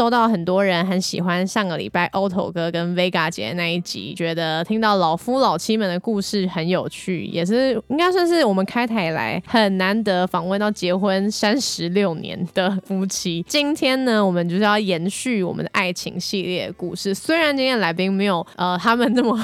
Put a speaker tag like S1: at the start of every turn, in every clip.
S1: 收到很多人很喜欢上个礼拜 Otto 哥跟 Vega 姐那一集，觉得听到老夫老妻们的故事很有趣，也是应该算是我们开台以来很难得访问到结婚三十六年的夫妻。今天呢，我们就是要延续我们的爱情系列故事，虽然今天来宾没有呃他们那么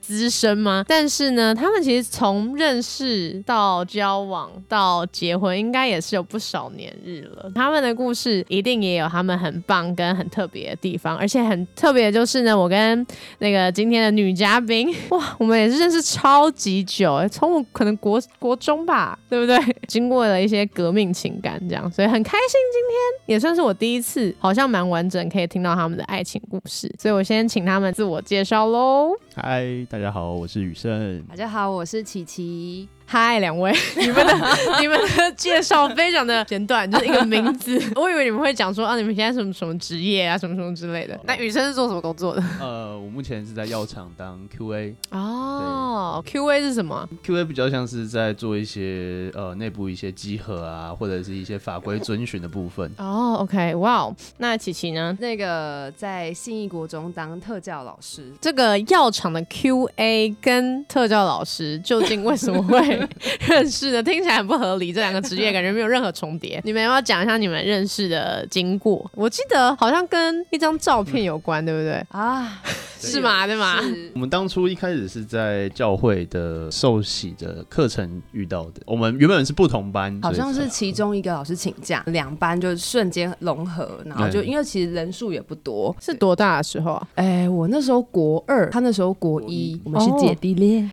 S1: 资深吗？但是呢，他们其实从认识到交往到结婚，应该也是有不少年日了。他们的故事一定也有他们很棒跟很特别的地方，而且很特别的就是呢，我跟那个今天的女嘉宾，哇，我们也是认识超级久，诶从我可能国国中吧，对不对？经过了一些革命情感，这样，所以很开心今天也算是我第一次，好像蛮完整可以听到他们的爱情故事，所以我先请他们自我介绍喽。
S2: 嗨，大家好，我是雨盛。
S3: 大家好，我是琪琪。
S1: 嗨，两位，你们的 你们的介绍非常的简短，就是一 个 名字。我以为你们会讲说啊，你们现在什么什么职业啊，什么什么之类的。那雨生是做什么工作的？
S2: 呃，我目前是在药厂当 QA，QA
S1: 哦，Q&A 是什么？
S2: 比较像是在做一些呃内部一些集合啊，或者是一些法规遵循的部分。
S1: 哦，OK，哇、哦，那琪琪呢？
S3: 那个在信义国中当特教老师，
S1: 这个药厂的 QA 跟特教老师究竟为什么会认识呢？听起来很不合理，这两个职业感觉没有任何重 叠。你们要不要讲一下你们认识的经过？我记得好像跟一张照片有关，对不对？
S3: 啊，
S1: 是吗？对吗？
S3: 是
S2: 我们当初一开始是在教会的受洗的课程遇到的，我们原本是不同班，
S3: 好像
S2: 所以
S3: 是其中一个老师请假，两班就瞬间融合，然后就
S2: 对
S3: 因为其实人数也不多。
S1: 是多大的时候啊？
S3: 哎，我那时候国二，他那时候国一，我们是姐弟
S1: 哦
S3: 恋。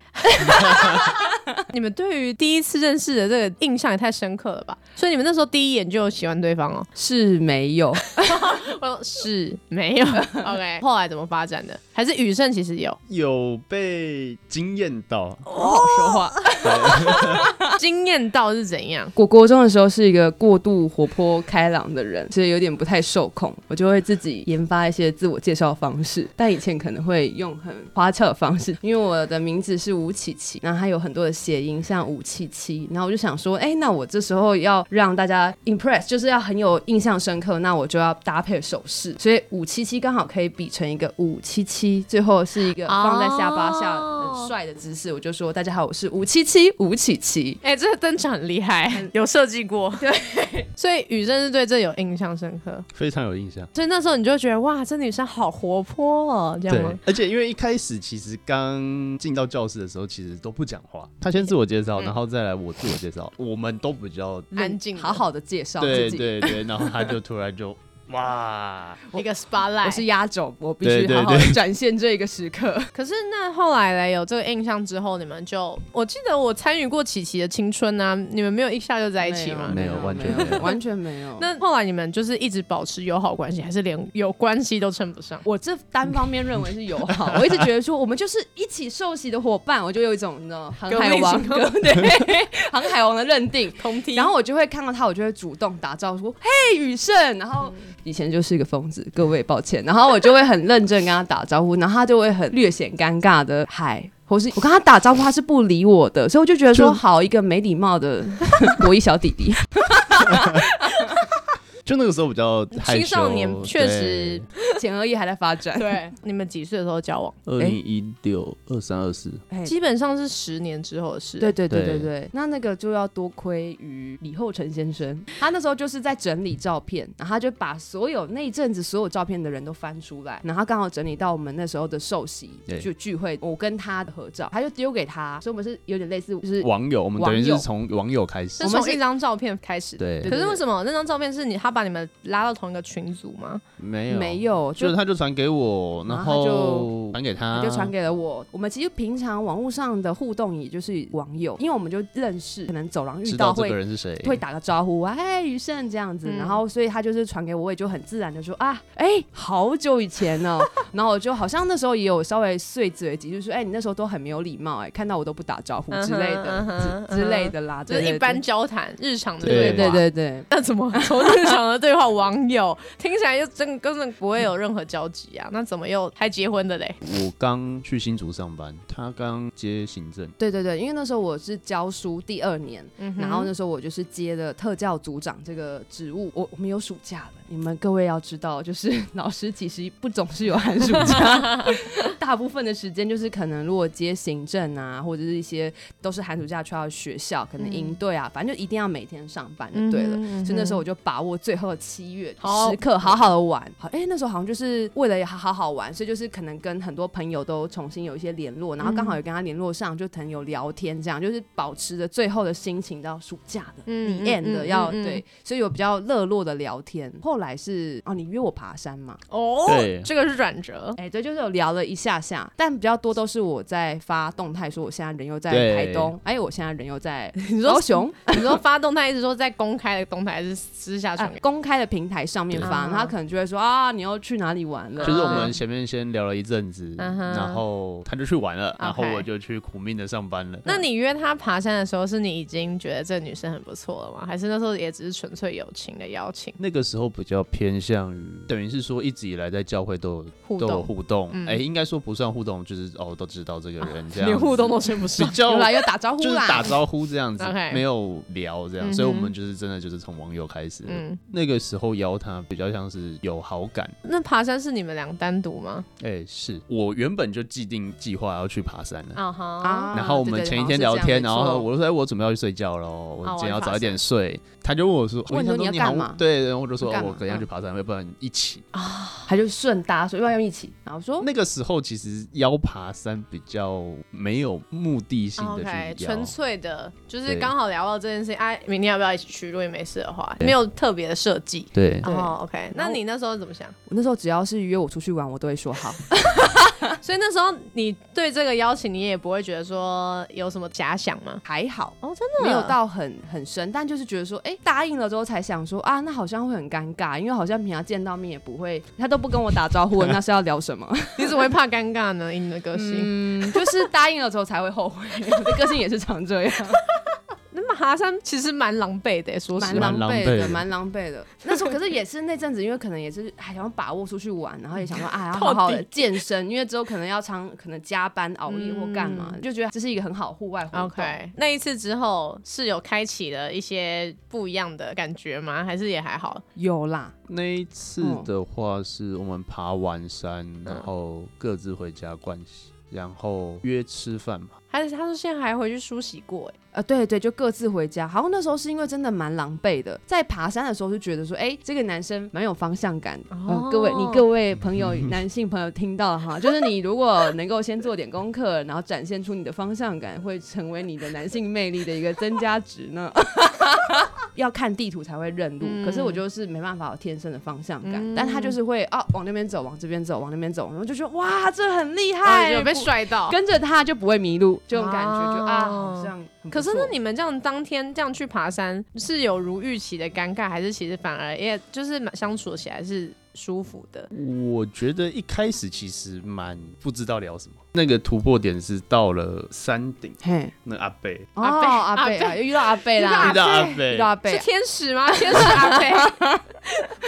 S1: 你们对于第一次认识的这个印象也太深刻了吧？所以你们那时候第一眼就喜欢对方哦？
S3: 是没 有，
S1: 我 说是没有 ，OK。后来怎么发展的？还是雨盛其实 有
S2: 有被惊艳到。
S1: 说话，惊艳到是怎样？
S3: 我国中的时候是一个过度活泼开朗的人，所以有点不太受控，我就会自己研发一些自我介绍方式。但以前可能会用很花俏的方式，因为我的名字是吴琪琪，然后它有很多的谐音，像五七七。然后我就想说，哎、那我这时候要让大家 impress，就是要很有印象深刻，那我就要搭配手势。所以五七七刚好可以比成一个五七七，最后是一个放在下巴下很帅的姿势。我就说，大家好，我是吴七七，吴琪琪。
S1: 哎、这个登场很厉害，有设计过。 对，所以雨盛是对这有印象深刻，
S2: 非常有印象，
S1: 所以那时候你就觉得哇，这女生好活泼哦，这样
S2: 对
S1: 吗？，
S2: 而且因为一开始其实刚进到教室的时候，其实都不讲话。他先自我介
S1: 嗯
S2: 绍，然后再来我自我介绍，我们都比较
S1: 安静的
S3: 好好的介绍
S2: 对
S3: 自己。
S2: 对对，然后他就突然就哇，
S1: 一个 spotlight，
S3: 我是压轴，我必
S2: 对
S3: 须
S2: 对
S3: 好好地
S2: 对
S3: 展现这一个 时刻。
S1: 可是那后来嘞，有这个印象之后，你们就我记得我参与过琪琪的青春啊，你们没有一下就在一起吗？
S2: 没有完全没有
S3: 完全没有。
S1: 那后来你们就是一直保持友好关系，还是连有关系都称不上？
S3: 我这单方面认为是友好，我一直觉得说我们就是一起受洗的伙伴，我就有一种你知道航海王
S1: 革
S3: 哥对航海王的认定。
S1: 同梯然
S3: 然
S1: 后
S3: 后我就会看到他，我就会主动打招呼说：“嘿，雨盛。”然后以前就是一个疯子，各位抱歉。然后我就会很认真跟他打招呼，然后他就会很略显尴尬的嗨。或是我跟他打招呼，他是不理我的，所以我就觉得说，
S2: 就
S3: 好一个没礼貌的 国一小弟弟。
S2: 就那个时候比较害羞
S1: 青少年确实，
S3: 前额叶还在 发展，
S1: 对，你们几岁的时候交往？
S2: 二零一六、二三、二四，
S3: 哎
S1: 基本上是十年之后的事。
S3: 对，对对对
S2: 对
S3: 对，那那个就要多亏于李厚成先生，他那时候就是在整理照片，然后他就把所有那一阵子所有照片的人都翻出来，然后他刚好整理到我们那时候的寿喜
S2: 对
S3: 就聚会，我跟他的合照，他就丢给他，所以我们是有点类似，就是
S2: 网友，我们
S3: 网
S2: 等于
S3: 友
S2: 是从网友开始
S1: 是，
S3: 我们
S1: 从
S3: 是
S1: 一张照片开始。
S2: 对
S1: 可是为什么那张照片是你他把你们拉到同一个群组吗？
S2: 没有
S3: 没，有，
S2: 就
S3: 就是
S2: 他就传给我，然
S3: 然后他
S2: 后
S3: 就
S2: 传给他，
S3: 就传给了我。我们其实平常网络上的互动也就是网友，因为我们就认识，可能走廊遇
S2: 知
S3: 到
S2: 道这
S3: 会
S2: 个人是谁，
S3: 会打个招呼，哎，余胜这样子，
S1: 嗯
S3: 然后所以他就是传给我，我也就很自然的说啊，哎，好久以前呢、 然后我就好像那时候也有稍微碎嘴几句，就说哎，你那时候都很没有礼貌，哎，看到我都不打招呼
S1: 嗯哼
S3: 之类的、
S1: 嗯哼
S3: 之之类的啦，
S1: 就是
S3: 对
S1: 一般。交谈日常的
S2: 对
S3: 对
S1: 对
S3: 对
S1: 话。
S3: 对对对，
S1: 那怎么 从日常的对话网友听起来又真根本不会有任何交集啊？那怎么又还结婚的嘞？
S2: 我刚去新竹上班，他刚接行政，
S3: 对对对，因为那时候我是教书第二年，
S1: 嗯哼
S3: 然后那时候我就是接了特教组长这个职务，我我们有暑假了，你们各位要知道，就是 老师其实不总是有寒暑 假，大部分的时间就是可能如果接行政啊，或者是一些都是寒暑假去到学校，可能营队啊，反正就一定要每天上班就对了。
S1: 嗯哼
S3: 所以那时候我就把握最后的七月
S1: 好
S3: 时刻，好好的玩。好，哎、那时候好像就是为了好好玩，所以就是可能跟很多朋友都重新有一些联络，然后刚
S1: 嗯
S3: 好有跟他联络上，就可能有聊天，这样就是保持着最后的心情到暑假的。
S1: 嗯
S3: the
S1: 嗯
S3: end 的
S1: 嗯
S3: 要
S1: 嗯嗯
S3: 对，所以有比较热络的聊天。后来是哦，你约我爬山嘛？
S1: 哦
S2: 对，
S1: 这个是转 折。
S3: 哎、对，就是有聊了一下下，但比较多都是我在发动态说我现在人又在
S2: 对
S3: 台东，哎，我现在人又在
S1: 你说
S3: 高雄，
S1: 你说发动态一直说在公开的动态还是私下传
S3: 啊
S1: 给？
S3: 公开的平台上面发，
S1: 嗯
S3: 他可能就会说啊，你又去哪里玩了？
S2: 就是我们前面先聊了一阵子，
S1: 嗯哼
S2: 然后他就去玩了，然后
S1: OK
S2: 我就去苦命的上班了。
S1: 那你约她爬山的时候，是你已经觉得这女生很不错了吗？还是那时候也只是纯粹友情的邀请
S2: 那个时候比较偏向于，等于是说一直以来在教会都
S1: 互
S2: 有都有
S1: 动？
S2: 互动，哎、
S1: 嗯
S2: 应该说不算互动，就是哦都知道这个 人这样子，
S1: 连互动都称不
S2: 比
S1: 上。
S2: 较
S3: 有啦，有打招呼
S2: 就是打
S3: 啦。
S2: 招呼这样子
S1: OK
S2: 没有聊这样，
S1: 嗯哼
S2: 所以我们就是真的就是从网友开始。
S1: 嗯，
S2: 那个时候邀他比较像是有好感，
S1: 那爬山是你们俩单独吗？
S2: 哎、是我原本就既定计划要去爬山了。
S1: 啊哈
S3: 啊
S2: 然后我们
S3: 对对
S2: 前一
S3: 好像
S2: 天
S3: 是
S2: 聊
S3: 这样
S2: 天，
S3: 没
S2: 然后
S3: 错
S2: 我就说哎我准备要去睡觉喽，我
S1: 啊
S2: 今
S1: 我
S2: 天要
S1: 要
S2: 早
S1: 爬
S2: 一点睡。他就问我说，我
S3: 问
S2: 印
S3: 你
S2: 象中
S3: 说你
S2: 你
S3: 要
S2: 好
S3: 干嘛
S2: 像对，然后我就说哦
S3: 你干嘛
S2: 我
S3: 嗯
S2: 可能要去爬山，要不然一起。
S3: 他就顺搭说要不要一起，然后说
S2: 那个时候其实邀爬山比较没有目的性的
S1: 啊 OK，
S2: 去邀
S1: 纯，粹的，就是
S2: 对
S1: 刚好聊到这件事情，哎，明天要不要一起去？如果你没事的话，
S2: 对
S1: 没有特别的设计。
S2: 对，
S3: 对
S1: 哦，OK，那
S3: 然后
S1: 你那时候怎么想？
S3: 我那时候只要是约我出去玩，我都会说好。
S2: 啊
S1: 所以那时候你对这个邀请，你也不会觉得说有什么假想吗？
S3: 还好，
S1: 哦，真的
S3: 没有到很很深，但就是觉得说，哎、答应了之后才想说啊，那好像会很尴尬，因为好像平常见到面也不会，他都不跟我打招 呼了，那是要聊什么？
S1: 你怎么会怕尴尬呢？以你的个性，
S3: 嗯，就是答应了之后才会后悔， 我的个性也是常这样，
S1: 那爬山其实蛮狼狈的，说实
S3: 蛮
S1: 话。
S2: 蛮
S3: 狼
S2: 狼
S3: 狈
S2: 狈的
S3: 的，蛮狼狈的。那时候可是也是那阵子，因为可能也是还想要把握出去玩，然后也想 说啊，要好好
S1: 到
S3: 的
S1: 底
S3: 健身，因为之后可能要常可能加班熬夜或干嘛，就觉得这是一个很好户外活
S1: 嗯
S3: 动。
S1: OK，那一次之后是有开启了一些不一样的感觉吗？还是也还好？
S3: 有啦，
S2: 那一次的话，是我们爬完山，然后各自回家盥洗，然后约吃饭嘛。
S1: 还是他说现在还回去梳洗过？哎，
S3: 呃，对对，就各自回家。好像那时候是因为真的蛮狼狈的，在爬山的时候就觉得说，哎，这个男生蛮有方向感的。
S1: 哦
S3: 呃、各位，你各位朋友，男性朋友听到了哈，就是你如果能够先做点功课，然后展现出你的方向感，会成为你的男性魅力的一个增加值呢。 要看地图才会认路，
S1: 嗯
S3: 可是我就是没办法有天生的方向感，
S1: 嗯
S3: 但他就是会哦往那边走，往这边走，往那边走，然后就觉得哇，这很厉
S1: 啊
S3: 害，
S1: 有被
S3: 不
S1: 帅到。
S3: 跟着他就不会迷路，这种感觉就啊，
S1: 哦
S3: 好像很不
S1: 可是
S3: 错
S1: 那你们这样当天这样去爬山，是有如预期的尴尬，还是其实反而也就是相处起来是舒服的？
S2: 我觉得一开始其实蛮不知道聊什么，那个突破点是到了山顶，
S3: 嘿，
S2: 那阿贝
S3: 哦，
S1: 阿贝
S3: 阿贝
S1: 阿
S3: 啊，又 遇到阿贝
S2: 遇
S3: 啦，
S2: 到阿
S3: 遇
S2: 贝
S3: 到，阿
S1: 是
S3: 贝，
S1: 天使吗？天使阿 北，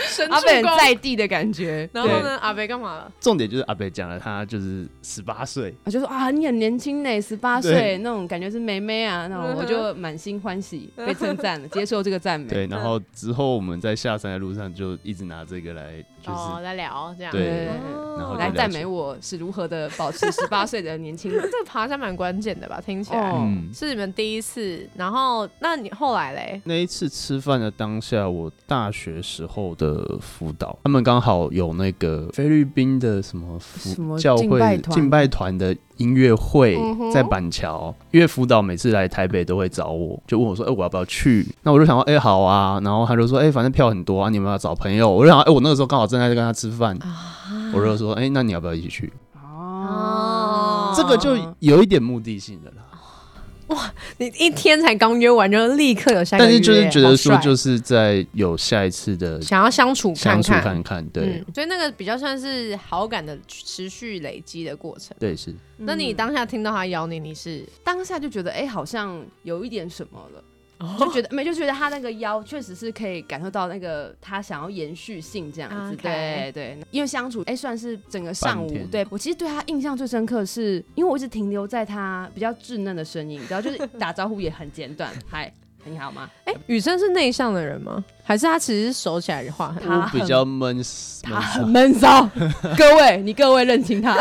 S1: 神助
S3: 阿贝很
S1: 攻。
S3: 在地的感 觉，
S1: 然后
S3: 对？
S1: 呢，阿北干嘛了？
S2: 重点就是阿贝讲了，他就是十八岁，
S3: 我就说啊，你很年轻呢，十八岁那种感觉是妹妹啊，
S1: 嗯
S3: 那种
S1: 哼
S3: 我就满心欢喜，被称赞了，接受这个赞美。
S2: 对，然后之后我们在下山的路上就一直拿这个来，就是
S1: 哦哦，在聊这样。
S2: 对
S1: 哦
S2: 然后就
S3: 来
S2: 聊
S3: 赞美我是如何的保持十八八岁的年轻人。
S1: 这个爬山蛮关键的吧？听起来、
S3: 哦
S2: 嗯，
S1: 是你们第一次，然后那你后来嘞？
S2: 那一次吃饭的当下，我大学时候的辅导，他们刚好有那个菲律宾的什么辅
S3: 什么
S2: 教
S3: 敬拜
S2: 会
S3: 团
S2: 敬拜团的音乐会
S1: 嗯哼
S2: 在板桥，因为辅导每次来台北都会找我，就问我说：“哎、我要不要去？”那我就想说：“哎、好啊。”然后他就说：“哎、反正票很多啊，你们要找朋友。”我就想：“哎、我那个时候刚好正在跟他吃饭，我就说：‘哎、那你要不要一起去？’
S1: 哦
S2: 这个就
S3: 嗯
S2: 有一点目的性的啦。
S1: 你一天才刚约完，就立刻有下一个
S2: 但是就是
S1: 约
S2: 觉得说，
S1: 好帅
S2: 就是在有下一次的
S1: 想要相处看
S2: 相
S1: 看，
S2: 处看看，对、
S1: 嗯，所以那个比较算是好感的持续累积的过程。
S2: 对是。
S1: 那你
S3: 嗯
S1: 当下听到他邀你，你是
S3: 当下就觉得，哎、好像有一点什么了。
S1: 哦
S3: 就觉得没，就觉得他那个腰确实是可以感受到那个他想要延续性这样子
S1: 啊 OK
S3: 对对，因为相处哎、算是整个上
S2: 半
S3: 午，
S2: 天
S3: 对我其实对他印象最深刻是，因为我一直停留在他比较稚嫩的声音，然后就是 打招呼也很简短，嗨，你好吗？
S1: 哎，雨生是内向的人吗？还是他其实是手起来的话很
S3: 他
S2: 我比
S3: 啊很
S2: 较闷， 闷
S3: 他
S2: 骚
S3: 很闷骚， 各位你各位认清他，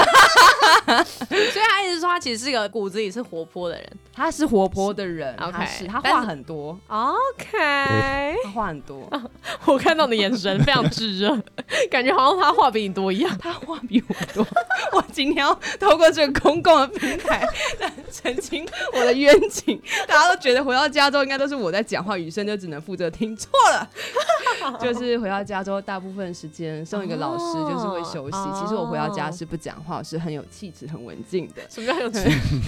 S1: 所以他一直说他其实是个骨子里是活泼的人。
S3: 他是活泼的人
S1: OK，
S3: 他是他
S1: 但是
S3: 话很多，
S1: OK，
S2: 对
S3: 他话很多，
S1: 我看到你的眼神非常炙热， 感觉好像他话比你多一样。
S3: 他话比我多。 我今天要透过这个公共的平台来澄清我的冤情。大家都觉得回到家之后应该都是我在讲话，雨生就只能负责听，错 了。就是回到家之后，大部分时间送一个老师就是会休息。
S1: 哦
S3: 其实我回到家是不讲话，我是很有气质、很文静的。
S1: 什么 叫有趣？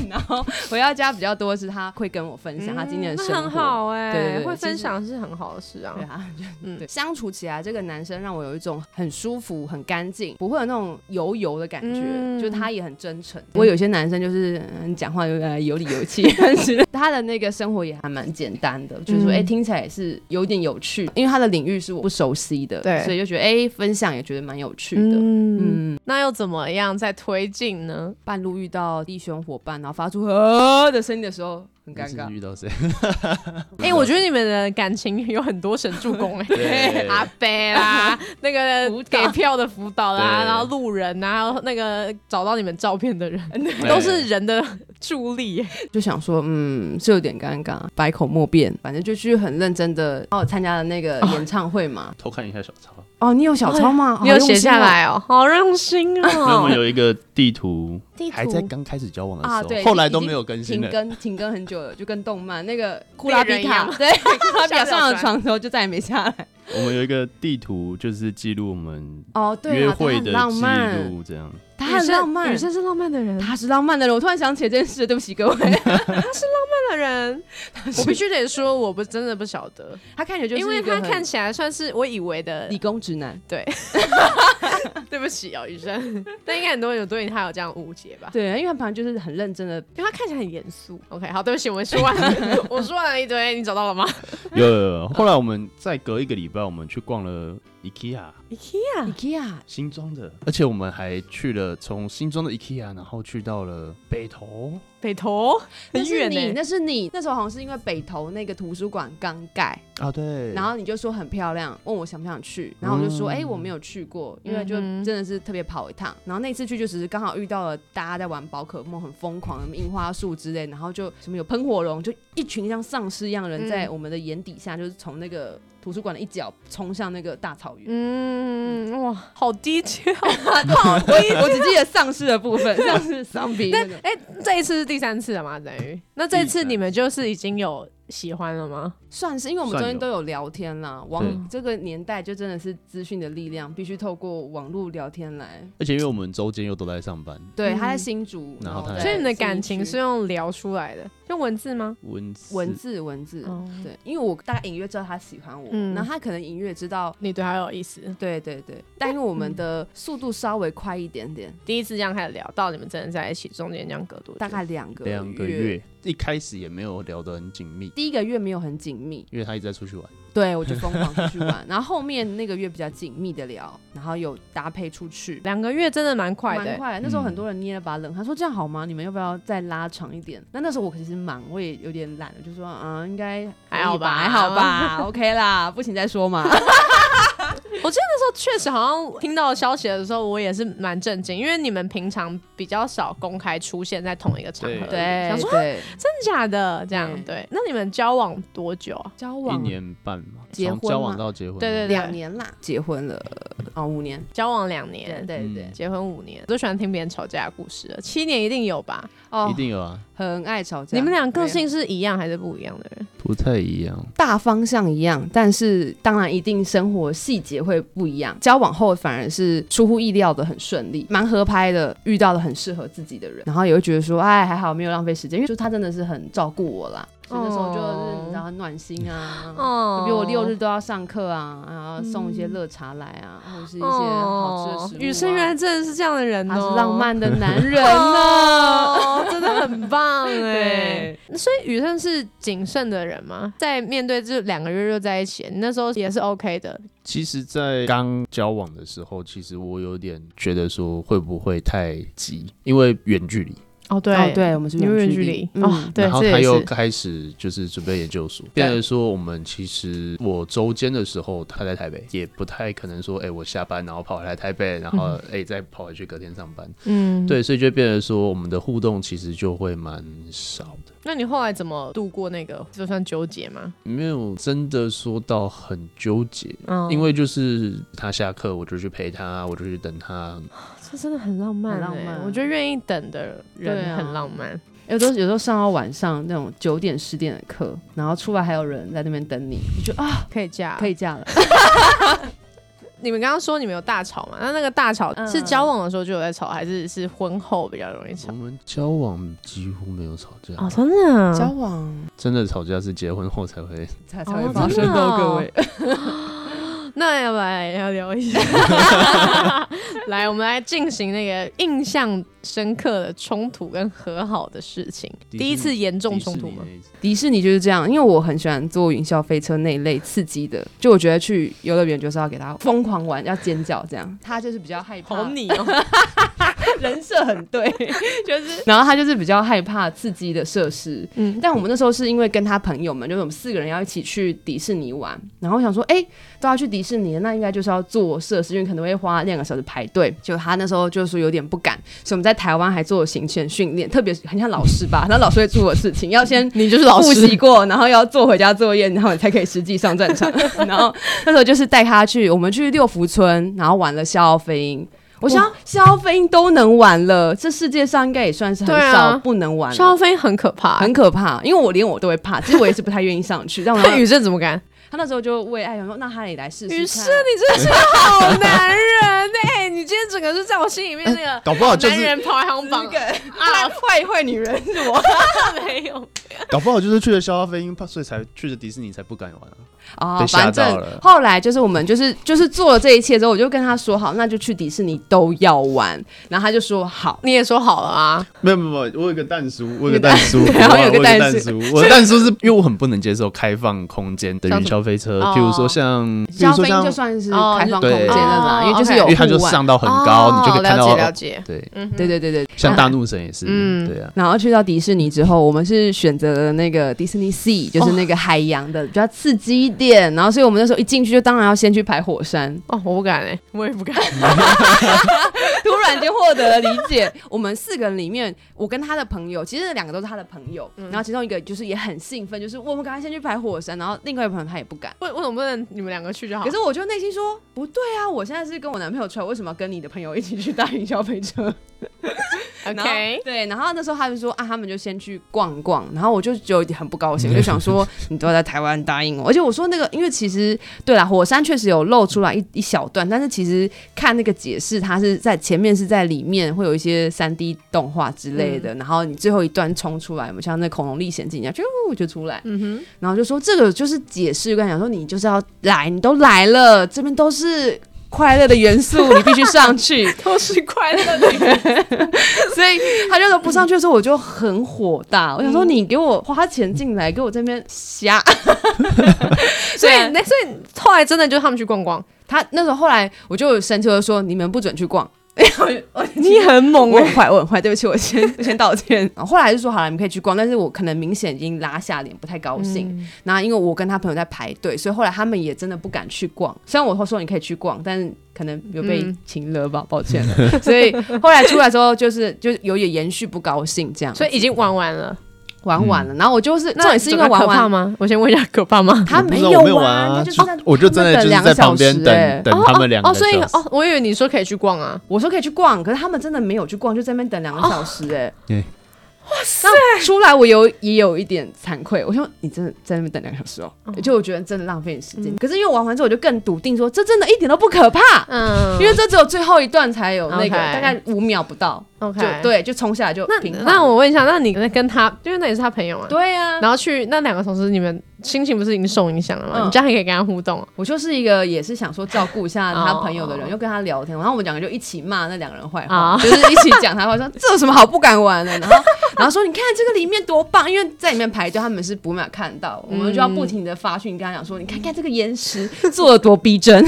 S3: 然后回到家比较多是他会跟我分享他今天的
S1: 嗯
S3: 生活。
S1: 那很好哎、
S3: 对对对
S1: 会分
S3: 其实
S1: 享是很好的事啊
S3: 对。 啊，
S1: 嗯
S3: 对，相处起来，这个男生让我有一种很舒服、很干净，不会有那种油油的感觉，
S1: 嗯
S3: 就他也很真诚。我有些男生就是嗯讲话有呃有理有气，但是他的那个生活也还蛮简单的，就是说
S1: 嗯
S3: 哎、听起来也是有点有趣，因为他的领域是我不熟悉的，
S1: 对
S3: 所以就觉得哎、分享也觉得蛮有趣的。
S1: 嗯，
S3: 嗯，
S1: 那又怎么样在推进 呢？
S3: 半路遇到弟兄伙伴，然后发出呃的声音的时候，很尴
S2: 你
S3: 尬
S2: 是。遇到 谁？
S1: 哎、我觉得你们的感情有很多神助攻哎、
S2: 对
S1: 阿伯啦，那个
S3: 辅导
S1: 给票的辅导啦，
S2: 对
S1: 然后路人啊，还有那个找到你们照片的人，
S2: 对
S1: 都是人的助力、欸
S3: 就想说，嗯，是有点尴尬，百口莫辩。反正就去很认真的，帮我参加了那个演唱会嘛。
S2: 偷看一下小抄，
S3: 哦，你有小抄吗？
S1: 你有
S3: 好用
S1: 写
S3: 心哦
S1: 下来哦，好用心
S3: 嗯
S2: 所以我们
S1: 哦。
S2: 有一个地图，
S1: 地图
S2: 还在刚开始交往的
S3: 啊？
S2: 时
S3: 对，
S2: 候，后来
S3: 已经
S2: 都没有更新
S3: 停
S2: 了。
S3: 更，停更很久了，就跟动漫那 个库拉
S1: 猎人
S3: 比
S1: 一样
S3: 卡， 对，库拉比
S1: 下
S3: 卡
S1: 不了
S3: 上了
S1: 船
S3: 床之后就再也没下来。
S2: 我们有一个地图，就是记录我们
S3: 哦，对
S2: 约
S3: 啊，他
S2: 会
S3: 很
S2: 的
S3: 浪
S2: 记
S3: 漫，
S2: 录，这样。
S3: 他很浪漫
S1: 女，生是浪漫的人，
S3: 他是浪漫的人。我突然想起这件事，对不起 各位，
S1: 的人， 我必须得说，我不真的不晓得，
S3: 他看起来啊就是
S1: 因为
S3: 一个
S1: 他
S3: 很
S1: 看起来算是我以为的
S3: 理工直男。
S1: 对， 对不起哦，医 生，但应该很多人有对他有这样误解吧？
S3: 对，因为他本来就是很认真的，
S1: 因为他看起来很严肃。OK，好，对不起，我们说完 了，我说完了一堆，你找到了吗
S2: 有有 有。后来我们再隔一个礼拜，我们去逛了 IKEA
S3: 啊
S1: ？IKEA，
S3: IKEA
S2: 新庄的，而且我们还去了从新庄的 IKEA，然后去到了北投。
S1: 北投
S3: 那
S1: 很
S3: 是
S1: 远欸
S3: 你，
S1: 呢。
S3: 那是你那时候好像是因为北投那个图书馆刚盖，
S2: 啊，对。
S3: 然后你就说很漂亮，问我想不想去，然后我就说哎、诶我
S2: 嗯
S3: 没有去过，因为就
S1: 嗯哼
S3: 真的是特别跑一趟。然后那次去就只是刚好遇到了大家在玩宝可梦，很疯狂，什么樱花树之类，然后就什么有喷火龙，就一群像丧尸一样的人在
S1: 嗯
S3: 我们的眼底下，就是从那个图书馆的一角冲向那个大草 原。
S1: 嗯，哇，好低 调。
S3: 我我只记得丧尸的部分，像是丧比那种。
S1: 哎，这一次是第三次了吗？等于那这一次你们就是已经有喜欢了吗？
S3: 算是，因为我们中
S2: 算
S3: 间
S2: 有
S3: 都有聊天啦。网
S2: 对
S3: 这个年代就真的是资讯的力量，必须透过网络聊天来。
S2: 而且因为我们周间又都在上班，
S3: 对，
S1: 嗯
S3: 他在新竹，
S2: 然后他
S3: 在
S2: 对
S1: 所以你的感
S3: 信
S1: 情
S3: 义
S1: 是
S3: 区
S1: 用聊出来的，用文字吗？
S2: 文字
S3: 文字文字，
S1: 哦
S3: 对，因为我大概隐约知道他喜欢我，
S1: 嗯
S3: 然后他可能隐约知道。
S1: 你对他有意思？
S3: 对对对， 但因为我们的速度稍微快一点点，
S1: 第一次这样开始聊，到你们真的在一起，中间这样隔多久？
S3: 大概两个
S2: 两个月，一开始也没有聊得很紧密，
S3: 第一个月没有很紧密，
S2: 因为他一直在出去玩。
S3: 对我就疯狂出去玩，然后后面那个月比较紧密的聊，然后有搭配出去，
S1: 两个月真的蛮快的、
S3: 蛮快的。那时候
S2: 嗯
S3: 很多人捏了把冷汗，说这样好吗？你们要不要再拉长一点？那那时候我其实忙，我也有点懒，我就说啊，应该可以
S1: 还好吧
S3: 吧，还好吧，OK 啦，不行再说嘛。
S1: 我记得那时候确实好像听到消息的时候，我也是蛮震惊，因为你们平常比较少公开出现在同一个场合，
S2: 对
S3: 对
S1: 想说
S3: 对，
S1: 真的假的这样
S3: 嗯
S1: 对。那你们交往多久啊？
S3: 交
S2: 一
S3: 往
S2: 年半嘛，
S3: 结
S2: 从
S3: 婚
S2: 交
S3: 吗
S2: 往到结婚嘛，
S1: 对对对，
S3: 两年啦，结婚了哦，五年，
S1: 交往两
S3: 对
S1: 年，
S3: 对对
S2: 嗯，
S1: 结婚五年，最喜欢听别人吵架的故事了。七年一定有吧？
S3: 哦
S2: 一，定有啊，
S3: 很爱吵架。
S1: 你们俩个性是一样还是不一样的人？
S2: 不太一样。
S3: 大方向一样，但是当然一定生活细节会不一样。交往后反而是出乎意料的很顺利，蛮合拍的，遇到了很适合自己的人，然后也会觉得说，哎，还好没有浪费时间，因为就他真的是很照顾我啦。所以那时候就是
S1: 哦
S3: 你知道很暖心啊。
S1: 哦
S3: 比我六日都要上课啊，然后送一些热茶来啊，或者是一些
S1: 哦
S3: 好吃，的食物、啊。
S1: 雨生原来真的是这样的人
S3: 他
S1: 哦，
S3: 是浪漫的男 人呢、
S1: 哦，真的很 棒哎
S3: 对。
S1: 所以雨生是谨慎的人吗？在面对这两个月就在一起，你那时候也是 OK 的，
S2: 其实，在刚交往的时候，其实我有点觉得说会不会太急，因为远距离，
S1: 哦对
S3: 哦，对，我们是
S1: 远
S3: 远
S1: 距离
S3: 离嗯
S1: 啊，哦，对，
S2: 嗯然后
S1: 这
S2: 他
S1: 也
S2: 又
S1: 是
S2: 开始就是准备研究所，变成说我们其实我周间的时候他在台北，也不太可能说，哎、我下班然后跑回来台北，然后哎、再跑回去隔天上班，
S1: 嗯。
S2: 对，所以就变成说我们的互动其实就会蛮少的，
S1: 那你后来怎么度过那个？就算纠结吗？
S2: 没有真的说到很纠结。
S1: 嗯
S2: 因为就是他下课，我就去陪他，我就去等他。
S1: 这真的很浪漫、
S3: 很浪
S1: 欸
S3: 漫
S1: 我觉得愿意等的
S3: 对
S1: 人
S3: 啊
S1: 很浪漫。
S3: 有时候有时候上到晚上那种九点十点的课，然后出来还有人在那边等你，你就啊
S1: 可以嫁，
S3: 可以嫁了。
S1: 你们刚刚说你们有大吵嘛？那那个大吵
S3: 嗯
S1: 是交往的时候就有在吵，还是是婚后比较容易吵
S2: 我？们交往几乎没有吵架，
S1: 哦，真的
S3: 嗯
S1: 啊，
S3: 往
S2: 真的吵架是结婚后才会。
S3: 才才
S1: 才会
S3: 会
S1: 发
S3: 发
S1: 生哦真
S3: 生
S1: 的哦
S3: 哦，
S1: 各
S3: 各
S1: 位
S3: 位。
S1: 那要不然也要聊一下？来，我们来进行那个印象深刻的冲突跟和好的事情。
S2: 迪士尼
S1: 第一次严重冲突吗？
S2: 迪士尼那 一次？
S3: 迪士尼就是这样，因为我很喜欢坐云霄飞车那一类刺激的，就我觉得去游乐园就是要给他疯狂玩，要尖叫这样。他就是比较害怕，
S1: 好你哦，
S3: 人设很对，
S1: 就是
S3: 然后他就是比较害怕刺激的设施，
S1: 嗯，
S3: 但我们那时候是因为跟他朋友们，就是我们四个人要一起去迪士尼玩，然后我想说，哎、都要去迪士尼了，那应该就是要做设施，因为可能会花两个小时排队。就他那时候就说有点不敢，所以我们在台湾还做行前训练，特别是很像老师吧，那老师会做的事情，要先
S1: 你就是老
S3: 复
S1: 师
S3: 习过，然后要做回家作业，然后你才可以实际上战场。 然后那时候就是带他去，我们去六福村，然后玩了消飞鹰。我想消飞鹰都能玩了，这世界上应该也算是很
S1: 对啊
S3: 少不能玩了。
S1: 肖飞很可怕、
S3: 很可怕，因为我连我都会怕，其实我也是不太愿意 上去。但我
S1: 那雨正怎么敢？
S3: 他那时候就为爱想说，那他也来试试看。
S1: 雨生，你真是个好男人哎、你今天整个是在我心里面那个
S2: 搞不好就
S1: 男
S2: 是，
S1: 人排行榜
S3: 这个
S1: 啊，
S3: 坏坏女人是 我
S1: 没有。
S2: 搞不好就是去了消费因，所以才去了迪士尼才不敢玩啊。
S3: 啊
S2: 被吓
S3: 反
S2: 到
S3: 正
S2: 了
S3: 后来就是我们就是就是做了这一切之后，我就跟他说好，那就去迪士尼都要玩。然后他就说好，
S1: 你也说好了啊，
S2: 没有没有，没有我有个蛋叔，我有个蛋叔，
S3: 然后
S2: 我
S3: 有个
S2: 我
S3: 蛋
S2: 蛋
S3: 叔
S2: 叔，我的蛋叔是因为我很不能接受开放空间的
S1: 像
S2: 云
S1: 什么
S2: 霄飞车，
S1: 哦
S2: 譬如说像，譬
S3: 消
S2: 如说
S3: 费
S2: 像
S3: 就，算是
S1: 哦
S3: 开放空
S2: 对
S3: 间了啦，
S1: 哦
S3: 因为就是有
S2: 因为它就
S3: 户外
S2: 上到很高，
S3: 哦
S2: 你就可以看
S1: 了解了
S2: 到。
S1: 解。
S2: 对，
S1: 嗯哼，
S3: 对对对对，
S2: 像大怒神也是，
S1: 嗯
S2: 对啊，
S3: 然后去到迪士尼之后，我们是选择了那个迪士尼 Sea，就是那个海洋的、比较刺激一点。然后，所以我们那时候一进去就当然要先去排火山，
S1: 哦，我不敢哎、我也不敢。
S3: 突然就获得了理解。我们四个人里面，我跟他的朋友，其实那两个都是他的朋友，然后其中一个就是也很兴奋，就是我们赶快先去排火山，然后另外一个朋友他也不敢。
S1: 为为什么不能你们两个去就好？
S3: 可是我就内心说，不对啊！我现在是跟我男朋友出来，为什么要跟你的朋友一起去搭云霄飞车？然后
S1: OK，
S3: 对，然后那时候他们说啊，他们就先去逛逛，然后我就就有点很不高兴，我就想说嗯你都要在台湾答应我，而且我说那个，因为其实对啦，火山确实有露出来一一小段，但是其实看那个解释，它是在前面是在里面会有一些三 D 动画之类的，然后你最后一段冲出来，我们像那恐龙历险记一样，就就出来，
S1: 嗯
S3: 然后就说这个就是解释，跟他讲说你就是要来，你都来了，这边都是。快乐的元素，你必须上去。
S1: 哼，都是快乐的人。
S3: 所以他就说不上去的时候，我就很火大。我想说，你给我花钱进来，给我这边瞎。
S1: 所以那所以后来真的就是他们去逛逛，
S3: 他那时候后来我就有生气，我就说你们不准去逛。我
S1: 你很猛
S3: 我
S1: 哎、
S3: 很坏，我很坏，对不起，我先我先道歉。 然后后来就说好了，你们可以去逛，但是我可能明显已经拉下脸，不太高兴。那、因为我跟他朋友在排队，所以后来他们也真的不敢去逛。虽然我说你可以去逛，但是可能有被
S1: 嗯
S3: 请了吧，抱 歉。所以后来出来之后，就是就有点延续不高兴这样，
S1: 所
S3: 所以嗯
S1: 以已经玩完了。
S3: 玩完了。然后我就是，重
S1: 那
S3: 点是因为玩
S1: 可怕
S3: 完。
S1: 吗？我先问一下，可怕 吗？
S3: 他
S2: 我不
S3: 没
S2: 知道我没有
S3: 玩，
S2: 玩啊
S3: 他就是在
S2: 我就
S3: 他
S2: 真
S3: 们
S2: 的就
S3: 两
S2: 是
S3: 个
S2: 在
S3: 小
S2: 旁
S3: 时
S2: 边
S3: 欸
S2: 等等他们两
S1: 哦，
S2: 个
S1: 所以
S2: 小时
S1: 哦，我以为你说可以去逛啊。
S3: 我说可以去逛，可是他们真的没有去逛，就在那边等两个小时 哎、
S2: 耶
S3: 哇塞！出来我有也有一点惭愧，我说你真的在那边等两个小时哦、嗯就我觉得真的浪费你时间。可是因为玩完之后，我就更笃定说，这真的一点都不可怕，
S1: 嗯，
S3: 因为这只有最后一段才有那个
S1: OK
S3: 大概五秒不到
S1: OK
S3: 就。对，就冲下来就
S1: 那
S3: 平衡
S1: 那我问一下，那你跟他，因为那也是他朋友嘛，
S3: 对啊，
S1: 然后去那两个同事，你们心情不是已经受影响了吗？
S3: 嗯
S1: 你这样还可以跟他互动哦。
S3: 我就是一个也是想说照顾一下他
S1: 哦
S3: 朋友的人，又跟他聊天，然后我们两个就一起骂那两个人坏话，
S1: 哦
S3: 就是一起讲他坏话，说这有什么好不敢玩的，然后然后说你看这个里面多棒，因为在里面排队他们是不秒看到，我们就要不停的发讯跟他讲说，你看看这个岩石做的多 逼真，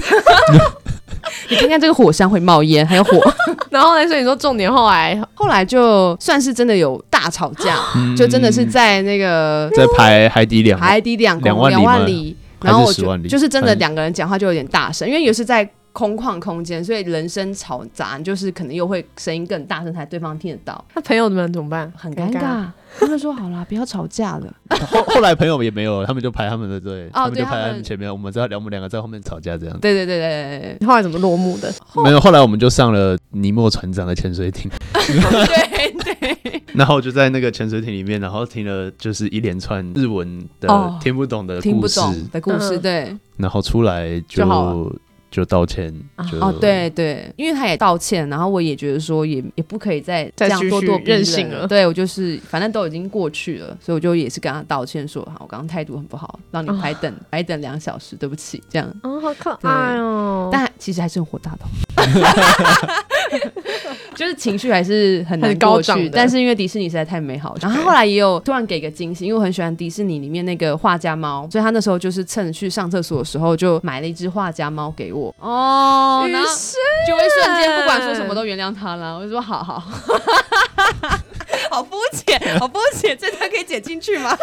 S3: 你看看这个火山会冒烟，还有火。
S1: 然后呢，所以你说重点后来
S3: 后来就算是真的有大吵架，
S1: 嗯
S3: 就真的是在那个
S2: 在排海底两
S3: 哦海底两公
S2: 两万里
S3: 两万
S2: 吗
S3: 里，
S2: 还
S3: 然后
S2: 是
S3: 我
S2: 10
S3: 就
S2: 万里嗯
S3: 就是真的
S2: 反正
S3: 两个人讲话就有点大声，因为也是在空旷空间，所以人声吵杂，就是可能又会声音更大声才对方听得到，
S1: 那朋友们怎么办？
S3: 很尴。尬。他们说好啦，不要吵 架了。
S2: 后后来朋友也没有，他们就排他们的队，他们
S3: 哦对
S2: 就
S3: 他
S2: 排他
S3: 们
S2: 们前面，我们在我们两个在后面吵架这样。
S3: 对对对对
S1: 后来怎么落幕的？
S3: 哦
S2: 没有，后来我们就上了尼莫船长的潜水艇，
S3: 对对对对，
S2: 然后就在那个潜水艇里面，然后听了就是一连串日文的、
S3: 哦
S2: 听不懂的
S3: 听
S2: 故
S3: 不
S2: 事，
S3: 懂的故事，
S1: 嗯
S3: 对
S2: 然后出来
S3: 就
S2: 就
S3: 好
S2: 就道歉，就
S3: 哦对对，因为他也道歉，然后我也觉得说也也不可以再这
S1: 再
S3: 样
S1: 继
S3: 咄
S1: 续
S3: 咄逼
S1: 任
S3: 人
S1: 性
S3: 了。
S1: 了
S3: 对我就是反正都已经过去了，所以我就也是跟他道歉说，好，我刚刚态度很不好，让你
S1: 哦
S3: 白等白等两小时，对不起，这样。
S1: 哦，好可
S3: 爱
S1: 哦
S3: 但其实还是很火大的， 就是情绪还是很难
S1: 很高
S3: 过去
S1: 涨的
S3: 但是因为迪士尼实在太美好，然后他后来也有突然给个惊喜，因为我很喜欢迪士尼里面那个画家猫，所以他那时候就是趁去上厕所的时候就买了一只画家猫给我哦，然后就会瞬间不管说什么都原谅他了，我就说好好。 好肤浅，好肤浅，这段可以剪进去吗？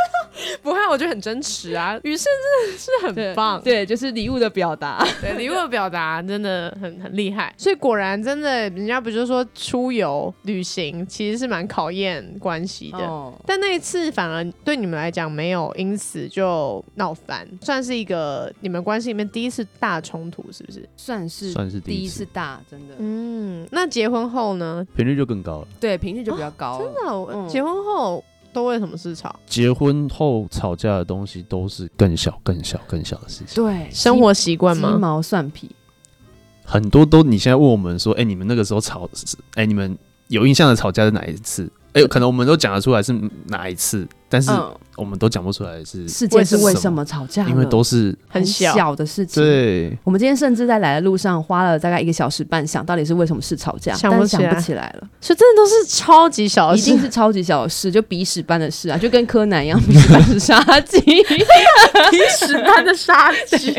S1: 不会，我觉得很真实啊。 雨生真的是很棒，
S3: 对，就是礼物的表达。
S1: 对礼物的表达真的很很厉害。所以果然真的，人家不就说出游旅行其实是蛮考验关系的。
S3: 哦，
S1: 但那一次反而对你们来讲没有因此就闹翻，算是一个你们关系里面第一次大冲突，是不是？
S3: 算是
S2: 算是第
S3: 第一
S2: 一
S3: 次
S2: 次，
S3: 大，真的。
S1: 嗯，那结婚后呢？
S2: 频率就更高了。
S3: 嗯对，频率就比较高了。
S1: 那
S3: 嗯
S1: 我结婚后都为什么是吵？
S2: 结婚后吵架的东西都是更小、更小、更小的事情，
S3: 对，
S1: 生活习惯
S3: 鸡
S1: 吗？
S3: 毛蒜皮，
S2: 很多都你现在问我们说，哎、你们那个时候吵，哎、你们有印象的吵架是哪一次？哎、可能我们都讲得出来是哪一次，但是
S3: 嗯，
S2: 我们都讲不出来是，
S3: 事件是啊为
S2: 为
S3: 什
S2: 什
S3: 么
S2: 么
S3: 吵架了？
S2: 因为都是
S1: 很小
S3: 小的事情。
S2: 对，
S3: 我们今天甚至在来的路上花了大概一个小时半，想到底是为什么事吵架，
S1: 想
S3: 但
S1: 不
S3: 想
S1: 起来
S3: 不起来了，
S1: 所以真的都是超级小的
S3: 一
S1: 事
S3: 定，是超级小的事，就鼻屎般的事啊，就跟柯南一样， 鼻屎般是杀鸡，
S1: 一时般的杀 机。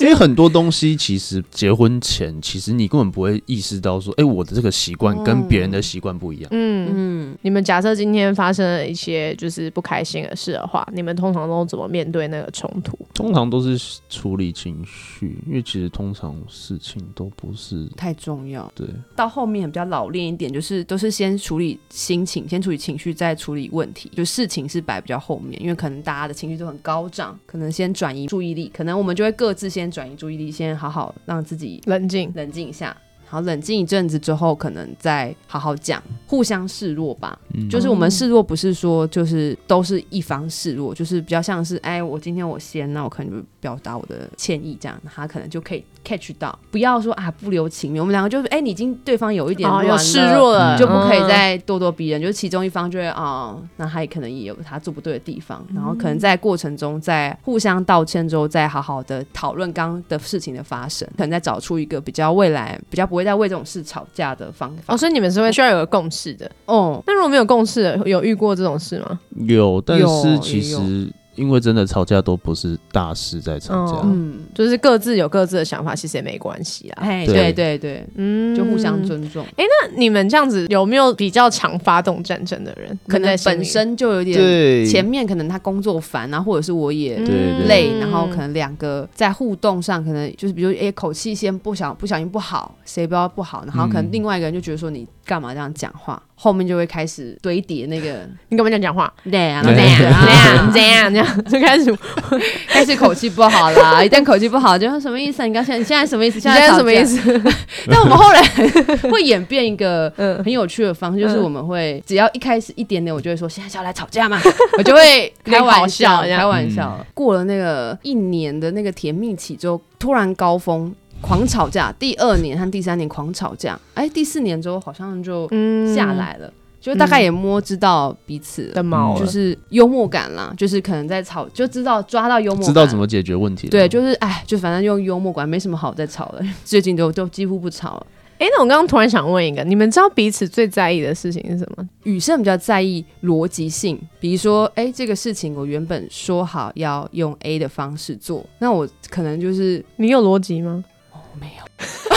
S2: 因为很多东西其实结婚前，其实你根本不会意识到说，哎、我的这个习惯跟别人的习惯不一样。
S1: 嗯，
S3: 嗯，
S1: 你们假设今天发生了一些就是不开心的事的话，你们通常都怎么面对那个冲突？
S2: 通常都是处理情绪，因为其实通常事情都不是
S3: 太重要。
S2: 对。
S3: 到后面比较老练一点，就是都是先处理心情，先处理情绪，再处理问题。就事情是摆比较后面，因为可能大家的情绪都很高涨，可能先转移注意力，可能我们就会各自先转移注意力，先好好让自己
S1: 冷静，
S3: 冷静一下。好，冷静一阵子之后，可能再好好讲，互相示弱吧。
S2: 嗯
S3: 就是我
S1: 哦
S3: 们示弱，不是说就是都是一方示弱，就是比较像是，哎，我今天我先，那我可能就表达我的歉意，这样他可能就可以 catch 到，不要说啊不留情面。我们两个就是，哎，你已经对方有一点
S1: 哦
S3: 乱了，
S1: 有示弱了，
S3: 就不可以
S1: 嗯
S3: 再咄咄逼人，就是其中一方就会哦，那他也可能也有他做不对的地方，然后可
S1: 嗯
S3: 能在过程中在互相道歉之后，再好好的讨论刚刚的事情的发生，可能再找出一个比较未来比较不会再为这种事吵架的方法
S1: 哦，。所以你们是会需要有个共识的。
S3: 哦，
S1: 那如果没有共识的，有遇过这种事吗？
S2: 有，但
S3: 有
S2: 是其
S3: 也有
S2: 实因为真的吵架都不是大事在吵架，
S1: 嗯
S3: 嗯，
S1: 就是各自有各自的想法，其实也没关系啊。
S3: 哎，
S2: 对
S3: 对对对，
S1: 嗯
S3: 就互相尊重，
S1: 那你们这样子有没有比较常发动战争的人？
S3: 可能
S1: 在心里
S3: 本身就有点
S2: 对，
S3: 前面可能他工作烦啊，或者是我也
S1: 嗯
S2: 对
S3: 累，然后可能两个在互动上，可能就是比如哎、诶口气先不想不小心不好，谁不知道不好，然后可能
S2: 嗯
S3: 另外一个人就觉得说你干嘛这样讲话，后面就会开始堆叠那个
S1: 你跟我们讲讲 话，
S3: 累啊
S1: 怎
S2: 对
S1: 样
S3: 累
S1: 怎样
S3: 啊
S1: 怎样这样就开始，你
S3: 开始口气不好啦，一旦口气不好就说什么意思啊？你刚现在现在什么意思？
S1: 现在
S3: 吵
S1: 什么意
S3: 架？
S1: 思？
S3: 但我们后来 会演变一个
S1: 嗯
S3: 很有趣的方式，就是
S1: 嗯
S3: 我们会只要一开始一点点，我就会说现在是要来吵架嘛， 我就会开玩笑，
S1: 好笑这样
S3: 开玩笑。过了那个一年的那个甜蜜期之后，突然高峰狂吵架，第二年和第三年狂吵架，哎，第四年之后好像就
S1: 嗯
S3: 下来了，就大概也摸知道彼此
S1: 的毛
S2: 嗯
S1: 了
S3: 就，是幽默感啦，就是可能在吵就知道抓到幽默感，
S2: 知道怎么解决问题，
S3: 对，，就是哎，就反正用幽默感没什么好再吵了，最近都都几乎不吵了。
S1: 哎、那我刚刚突然想问一个，你们知道彼此最在意的事情是什么？
S3: 女生比较在意逻辑性，比如说，哎、这个事情我原本说好要用 A 的方式做，那我可能就是
S1: 你有逻辑吗？
S3: 哦没有，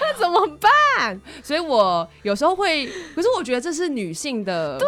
S1: 那怎么办？
S3: 所以我有时候会，可是我觉得这是女性的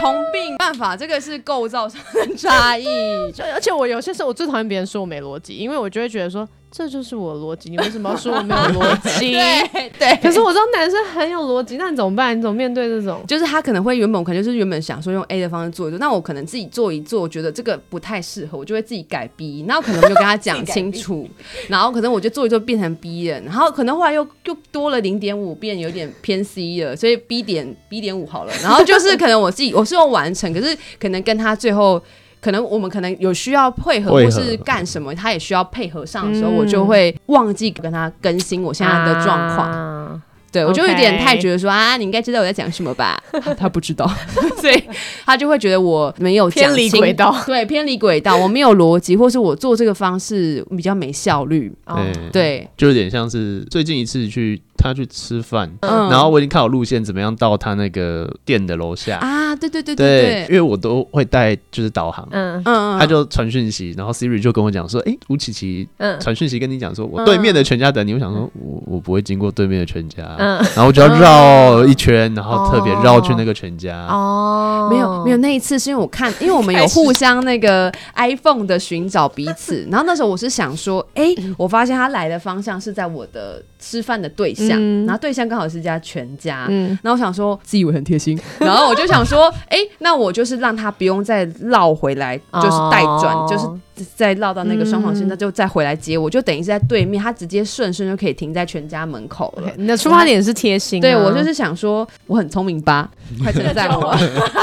S3: 通病办法，这个是构造上的差异。
S1: 就而且我有些时候我最讨厌别人说我没逻辑，因为我就会觉得说这就是我的逻辑，你为什么要说我没有逻辑？
S3: 对对，
S1: 可是我知道男生很有逻辑，那你怎么办？你怎么面对这种？
S3: 就是他可能会原本可能就是原本想说用 A 的方式做一做，那我可能自己做一做，觉得这个不太适合，我就会自己改 B，那我可能就跟他讲清楚，然后可能我就做一做变成 B 了，然后可能后来又又多了零点五，变有点偏 C 了，所以 B 点 B 点五好了，然后就是可能我自己我是用完成，可是可能跟他最后。可能我们可能有需要配
S2: 配合
S3: 合，或是干什么，他也需要配合上的时候，
S1: 嗯
S3: 我就会忘记跟他更新我现在的状况。
S1: 啊
S3: 对我就有
S1: OK
S3: 点太觉得说啊，你应该知道我在讲什么 吧？他不知道， 所以他就会觉得我没有讲
S1: 偏离
S3: 清
S1: 轨，道。
S3: 对，偏离轨道，我没有逻辑，或是我做这个方式比较没效率。
S1: 哦
S2: 对，
S3: 对，
S2: 就有点像是最近一次去他去吃饭，
S3: 嗯，
S2: 然后我已经看好路线，怎么样到他那个店的楼下，
S3: 啊，对对对对
S2: 因，为我都会带就是导航，
S1: 嗯
S3: 嗯嗯，
S2: 他就传讯息，然后 Siri 就跟我讲说，诶，吴琪琪
S1: 嗯
S2: 传讯息跟你讲说，我
S1: 嗯
S2: 对面的全家等你，我想说我我不会经过对面的全家，
S1: 嗯
S2: 然后我就要绕一圈，然后特别绕去那个全家，
S1: 哦
S3: 没有没有，那一次是因为我 看，因为我们有
S1: 开始
S3: 互相那个 iPhone 的寻找彼此，然后那时候我是 想说，哎、我发现他来的方向是在我的吃饭的对象，
S1: 嗯
S3: 然后对象刚好是家全家，
S1: 嗯
S3: 那我想说，自以为很 贴心，然后我就想说，哎、那我就是让他不用再绕回来，
S1: 哦
S3: 就是带转，就是再绕到那个双黄线，
S1: 嗯
S3: 那就再回来接我，就等于是在对面，他直接顺顺就可以停在全家门口了
S1: OK，。你的出发点是贴心啊、
S3: 对我就是想说，我很聪明 吧，快称赞我，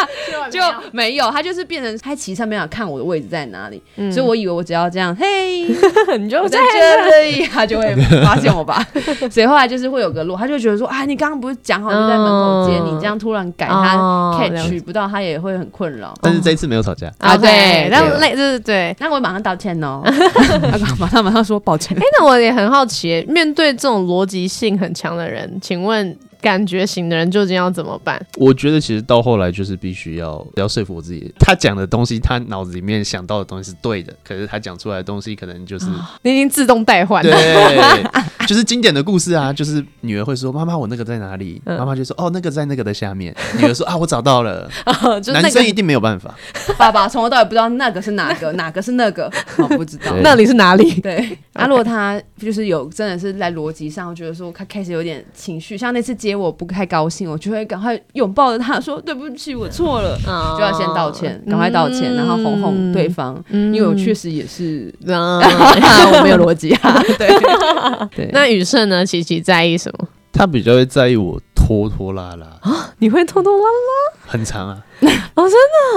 S3: 就没有，他就是变成他其实上面想看我的位置在哪里，
S1: 嗯
S3: 所以我以为我只要这样，嘿，
S1: 你就
S3: 我在
S1: 在
S3: 这里， 他就会发现我 吧。所以后来就是会有个路，他就觉得说，啊，你刚刚不是讲好就在门口接，
S1: 嗯
S3: 你这样突然改他
S1: 哦了
S3: catch
S1: 解
S3: 不到，他也会很困 扰。
S2: 但是这一次没有吵架，
S1: 啊，
S3: 啊
S1: 对
S3: 对，
S1: 那
S2: 对
S1: 类就是 对。
S3: 那我马上道歉 哦，他马上马上说抱歉
S1: 哎。，那我也很好奇耶，面对这种逻辑性很强的人，请问感觉型的人究竟要怎么办？
S2: 我觉得其实到后来就是必须要要说服我自己，他讲的东西，他脑子里面想到的东西是对的，可是他讲出来的东西可能就是、
S1: 你已经自动代 换了，
S2: 对，就是经典的故事啊，就是女儿会说：“妈妈，我那个在哪里？”
S1: 嗯
S2: 妈妈就说：“哦，那个在那个的下面。”女儿说：“啊，我找到了。
S1: 就是那
S2: 男生一
S1: 个
S2: 定没有办法，
S3: 爸爸从头到尾不知道那个是哪 个，哪个是那个，我哦不知道。
S2: 对
S1: 那里是哪 里？
S3: 对，阿洛啊他就是有真的是在逻辑上，我觉得说他开始有点情绪，像那次接我不太高兴，我就会赶快拥抱着他说对不起，我错了，
S1: 就
S3: 就要先道歉，
S1: 嗯
S3: 赶快道歉，然后哄哄对，方，
S1: 因。
S3: 因为我确实也是
S1: 嗯
S3: 我没有逻辑啊， 对 对，
S1: 那宇胜呢？琪琪在意什么？
S2: 他比较会在意我拖拖拉拉，
S1: 你会偷偷拉
S2: 很长啊。
S1: 拉？哦，真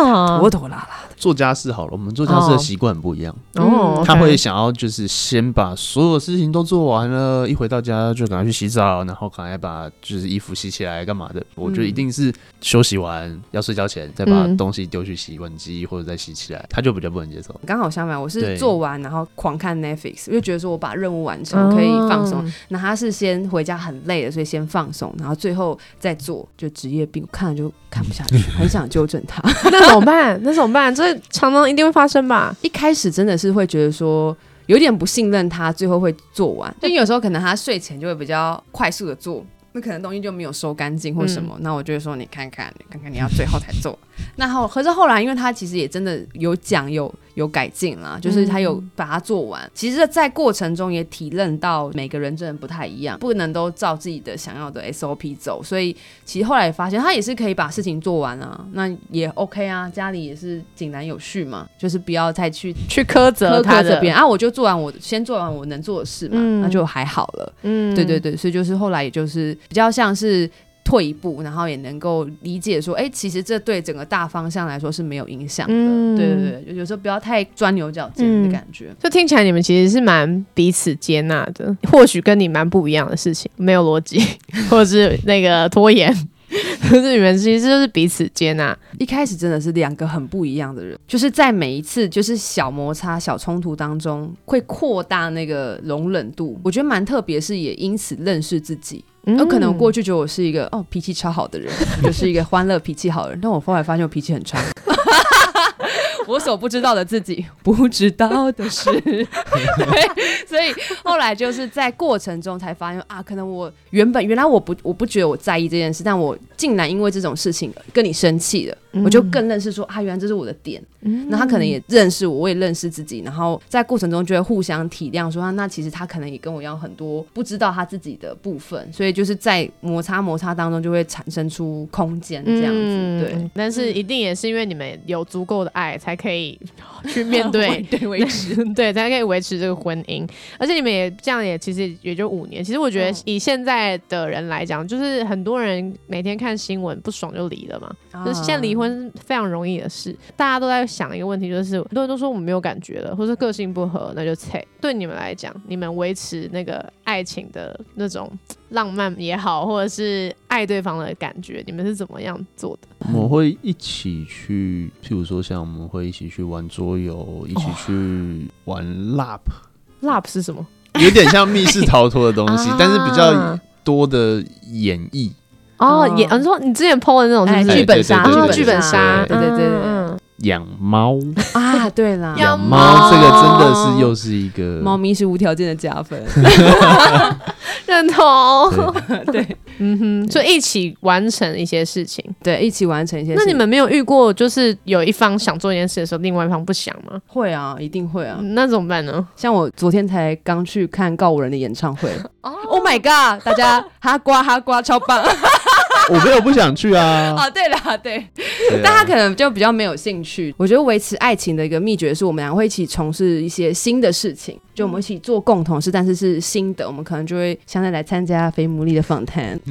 S1: 的啊？
S3: 妥妥啦啦的，
S2: 做家事好了，我们做家事的习惯很不一样，
S3: 嗯
S1: 哦，
S2: 他
S1: OK
S2: 会想要就是先把所有事情都做完了，一回到家就赶快去洗澡，然后赶快把就是衣服洗起来干嘛的。我觉得一定是休息完要睡觉前再把
S1: 嗯
S2: 东西丢去洗碗机或者再洗起来，他就比较不能接受。
S3: 刚好相反，我是
S2: 对
S3: 做完然后狂看 Netflix，因为觉得说我把任务完成可以放松。
S1: 哦
S3: 那他是先回家很累了，所以先放松，然后最后再做，就职业病，看了就看不下 去，很想纠正他。
S1: 那怎么办？那怎么办？这常常一定会发生吧？
S3: 一开始真的是会觉得说有点不信任他，最后会做完。就有时候可能他睡前就会比较快速的做，嗯那可能东西就没有收干净或什么。那我就会说你看看，你看看你要最后才做。那后可是后来，因为他其实也真的有讲有有改进啦，就是他有把它做完。其实，在过程中也体认到每个人真的不太一样，不能都照自己的想要的 SOP 走，所以其实后来也发现，他也是可以把事情做完啊，那也 OK 啊，家里也是井然有序嘛，就是不要再去
S1: 去苛责
S3: 苛
S1: 他
S3: 刻
S1: 的
S3: 这边啊，我就做完我先做完我能做的事嘛，
S1: 嗯
S3: 那就还好了。
S1: 嗯
S3: 对对对，所以就是后来也就是比较像是退一步，然后也能够理解说，哎、其实这对整个大方向来说是没有影响的。
S1: 嗯
S3: 对对对，有时候不要太钻牛角尖的感觉。
S1: 就听起来你们其实是蛮彼此接纳的，
S3: 嗯
S1: 或许跟你蛮不一样的事情，没有逻 辑，或者是那个拖延，就是你们其实就是彼此接纳。
S3: 一开始真的是两个很不一样的人，就是在每一次就是小摩擦、小冲突当中，会扩大那个容忍度。我觉得蛮特别，是也因此认识自
S1: 嗯
S3: 己。有哦可能我过去觉得我是一个哦脾气超好的人， 就是一个欢乐脾气好的人，但我后来发现我脾气很差。 我所不知道的自己不知道的事， 对，所以后来就是在过程中才发现啊，可能我原本原来我不我不觉得我在意这件事，但我竟然因为这种事情跟你生气了，我
S1: 嗯
S3: 就更认识说啊，原来这是我的点，那他可能也认识我，我也认识自己，然后在过程中就会互相体谅，说啊，那其实他可能也跟我一样很多不知道他自己的部分，所以就是在摩擦摩擦当中就会产生出空间这样子，
S1: 嗯
S3: 对。，
S1: 但是一定也是因为你们有足够的爱，才可以去面对
S3: 对为止，
S1: 对，才可以维持这个婚姻。而且你们也这样也其实也就五年。其实我觉得
S3: 嗯
S1: 以现在的人来讲，就是很多人每天看新闻不爽就离了嘛，就是现在离
S3: 哦
S1: 婚非常容易的事。大家都在想一个问题，就是很多人都说我们没有感觉了，或是个性不合，那就切。对你们来讲，你们维持那个爱情的那种浪漫也好，或者是爱对方的感觉，你们是怎么样做的？
S2: 我们会一起去，譬如说像我们会一起去玩桌游，一起去
S1: 哦
S2: 玩 LAP，、
S1: love 是什么
S2: 有点像密室逃脱的东西，但是比较
S1: 啊
S2: 多的演绎。
S1: 哦
S3: 哦，
S1: 也啊你说你之前 PO 的那种是
S3: 哎
S1: 不是
S2: 对
S3: 剧本杀
S2: 对对对
S1: 哦
S2: 对
S1: 剧本杀，
S3: 对对对对
S1: 嗯嗯
S2: 养猫，
S3: 啊，对啦，
S1: 要
S2: 养
S1: 猫
S2: 猫这个真的是又是一个
S3: 猫咪是无条件的加 分，
S1: 嗯 认同，
S2: 对
S3: 对
S1: 嗯哼，就一起完成一些事情。
S3: 对，一起完成一些事。
S1: 那你们没有遇过，就是有一方想做一件事的时候，另外一方不想吗？
S3: 会啊，一定会啊。
S1: 那怎么办呢？
S3: 像我昨天才刚去看告五人的演唱会，Oh my god！大家哈瓜哈瓜超棒
S2: 我没有不想去啊，
S3: 啊！对啦，对，
S2: 对啊
S3: 但他可能就比较没有兴趣。我觉得维持爱情的一个秘诀是我们俩会一起从事一些新的事情，就我们一起做共同事，但是是新的，我们可能就会相对来参加肥牡蛎的访谈，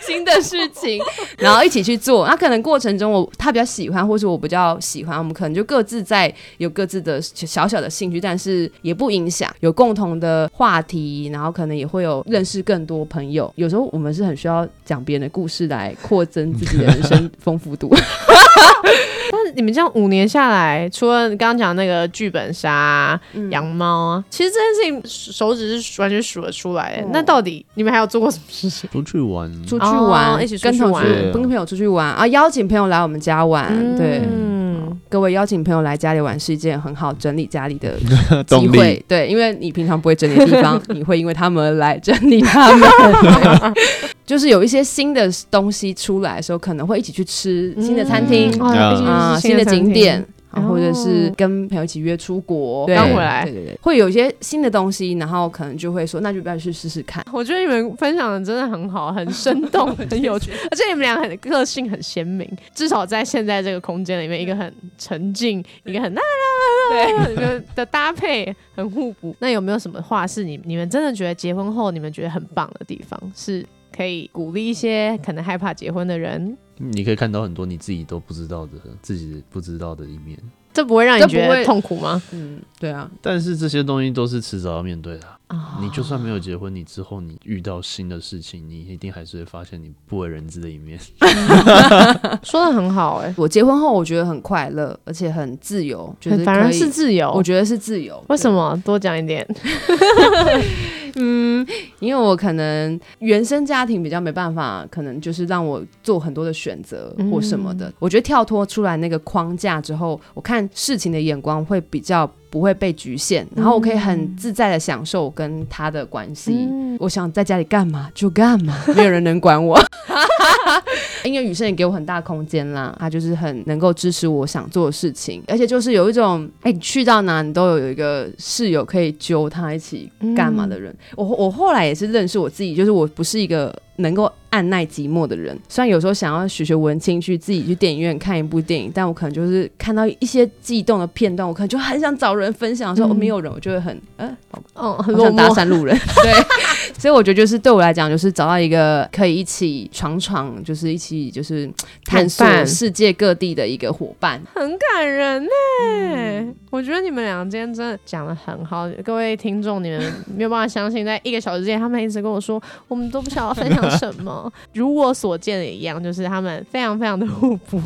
S3: 新的事情， 然后一起去做。那可能过程中我他比较喜欢，或是我比较喜欢，我们可能就各自在有各自的小小的兴趣，但是也不影响有共同的话题，然后可能也会有认识更多朋友。有时候我们是很需要讲别人的故事来扩增自己的人生丰富度。
S1: 那你们这样五年下来，除了你刚刚讲那个剧本杀啊、养猫啊，其实这件事情手指是完全数得出来的
S3: 哦。
S1: 那到底你们还有做过什么事情？
S2: 出去玩，
S3: 出去玩，
S1: 哦一起出去
S3: 跟同
S1: 玩
S3: 学、
S2: 对
S3: 跟朋友出去玩啊，邀请朋友来我们家玩，对。
S1: 嗯，
S3: 各位邀请朋友来家里玩是一件很好整理家里的机
S2: 动力
S3: 会，对，因为你平常不会整理的 地方，你会因为他们而来整理他们。就是有一些新的东西出来的时候，可能会一起去吃新的餐厅
S1: 嗯
S2: 啊
S1: 一起去
S3: 啊、
S1: 新
S3: 新的
S1: 餐
S3: 景
S1: 厅
S3: 点。啊
S1: 哦
S3: 或者是跟朋友一起约出国，
S1: 刚
S3: 对
S1: 回来
S3: 对对对，会有一些新的东西，然后可能就会说，那就不要去试试看。
S1: 我觉得你们分享的真的很好，很生动，很有趣，而且你们俩很个性很鲜明，至少在现在这个空间里面，一个很沉静，一个很那那对，你们的搭配很互补。那有没有什么话是你你们真的觉得结婚后你们觉得很棒的地方？是可以鼓励一些可能害怕结婚的人。
S2: 你可以看到很多你自己都不知道的、自己不知道的一面。
S1: 这不会让你
S3: 这不
S1: 觉得
S3: 会
S1: 痛苦吗？
S3: 嗯，对啊，
S2: 但是这些东西都是迟早要面对的啊、
S1: 啊
S3: 哦
S2: 你就算没有结婚，你之后你遇到新的事情，你一定还是会发现你不为人知的一面。
S1: 说的很好哎、
S4: 我结婚后，我觉得很快乐，而且很自由，就是可以
S1: 反而是自由。
S4: 我觉得是自由。
S1: 为什么多讲一点？
S3: 嗯，因为我可能原生家庭比较没办法，可能就是让我做很多的选择
S1: 嗯
S3: 或什么的。我觉得跳脱出来那个框架之后，我看事情的眼光会比较不会被局限，然后我可以很自在的享受跟他的关系。
S1: 嗯
S3: 我想在家里干嘛就干嘛， 没有人能管我。 因为雨生也给我很大空间啦，他就是很能够支持我想做的事情，而且就是有一种，哎、你去到哪你都有有一个室友可以揪他一起干嘛的人。我我后来也是认识我自己，就是我不是一个能够按耐寂寞的人。虽然有时候想要学学文青，去自己去电影院看一部电影，但我可能就是看到一些悸动的片段，我可能就很想找人分享的时候，
S1: 嗯
S3: 我没有人，我就会很，呃，
S1: 嗯，很
S3: 好
S1: 落
S3: 想搭
S1: 寞。
S3: 讪路人。 对，所以我觉得就是对我来讲，就是找到一个可以一起闯闯，就是一起就是探索
S1: 伴
S3: 世界各地的一个伙伴。
S1: 很感人呢、我觉得你们俩今天真的讲的很好，各位听众，你们没有办法相信，在一个小时之前，他们一直跟我说，我们都不晓得分享什么。 如我所见的一样，就是他们非常非常的互补，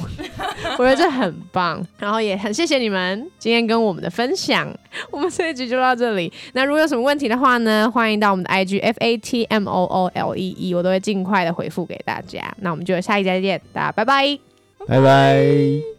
S1: 我觉得这很棒。然后也很谢谢你们今天跟我们的分享，我们这一集就到这里。那如果有什么问题的话呢，欢迎到我们的 IG F A T M O O L E E，我都会尽快的回复给大家。那我们就下一集再见，大家拜拜。
S2: 拜拜。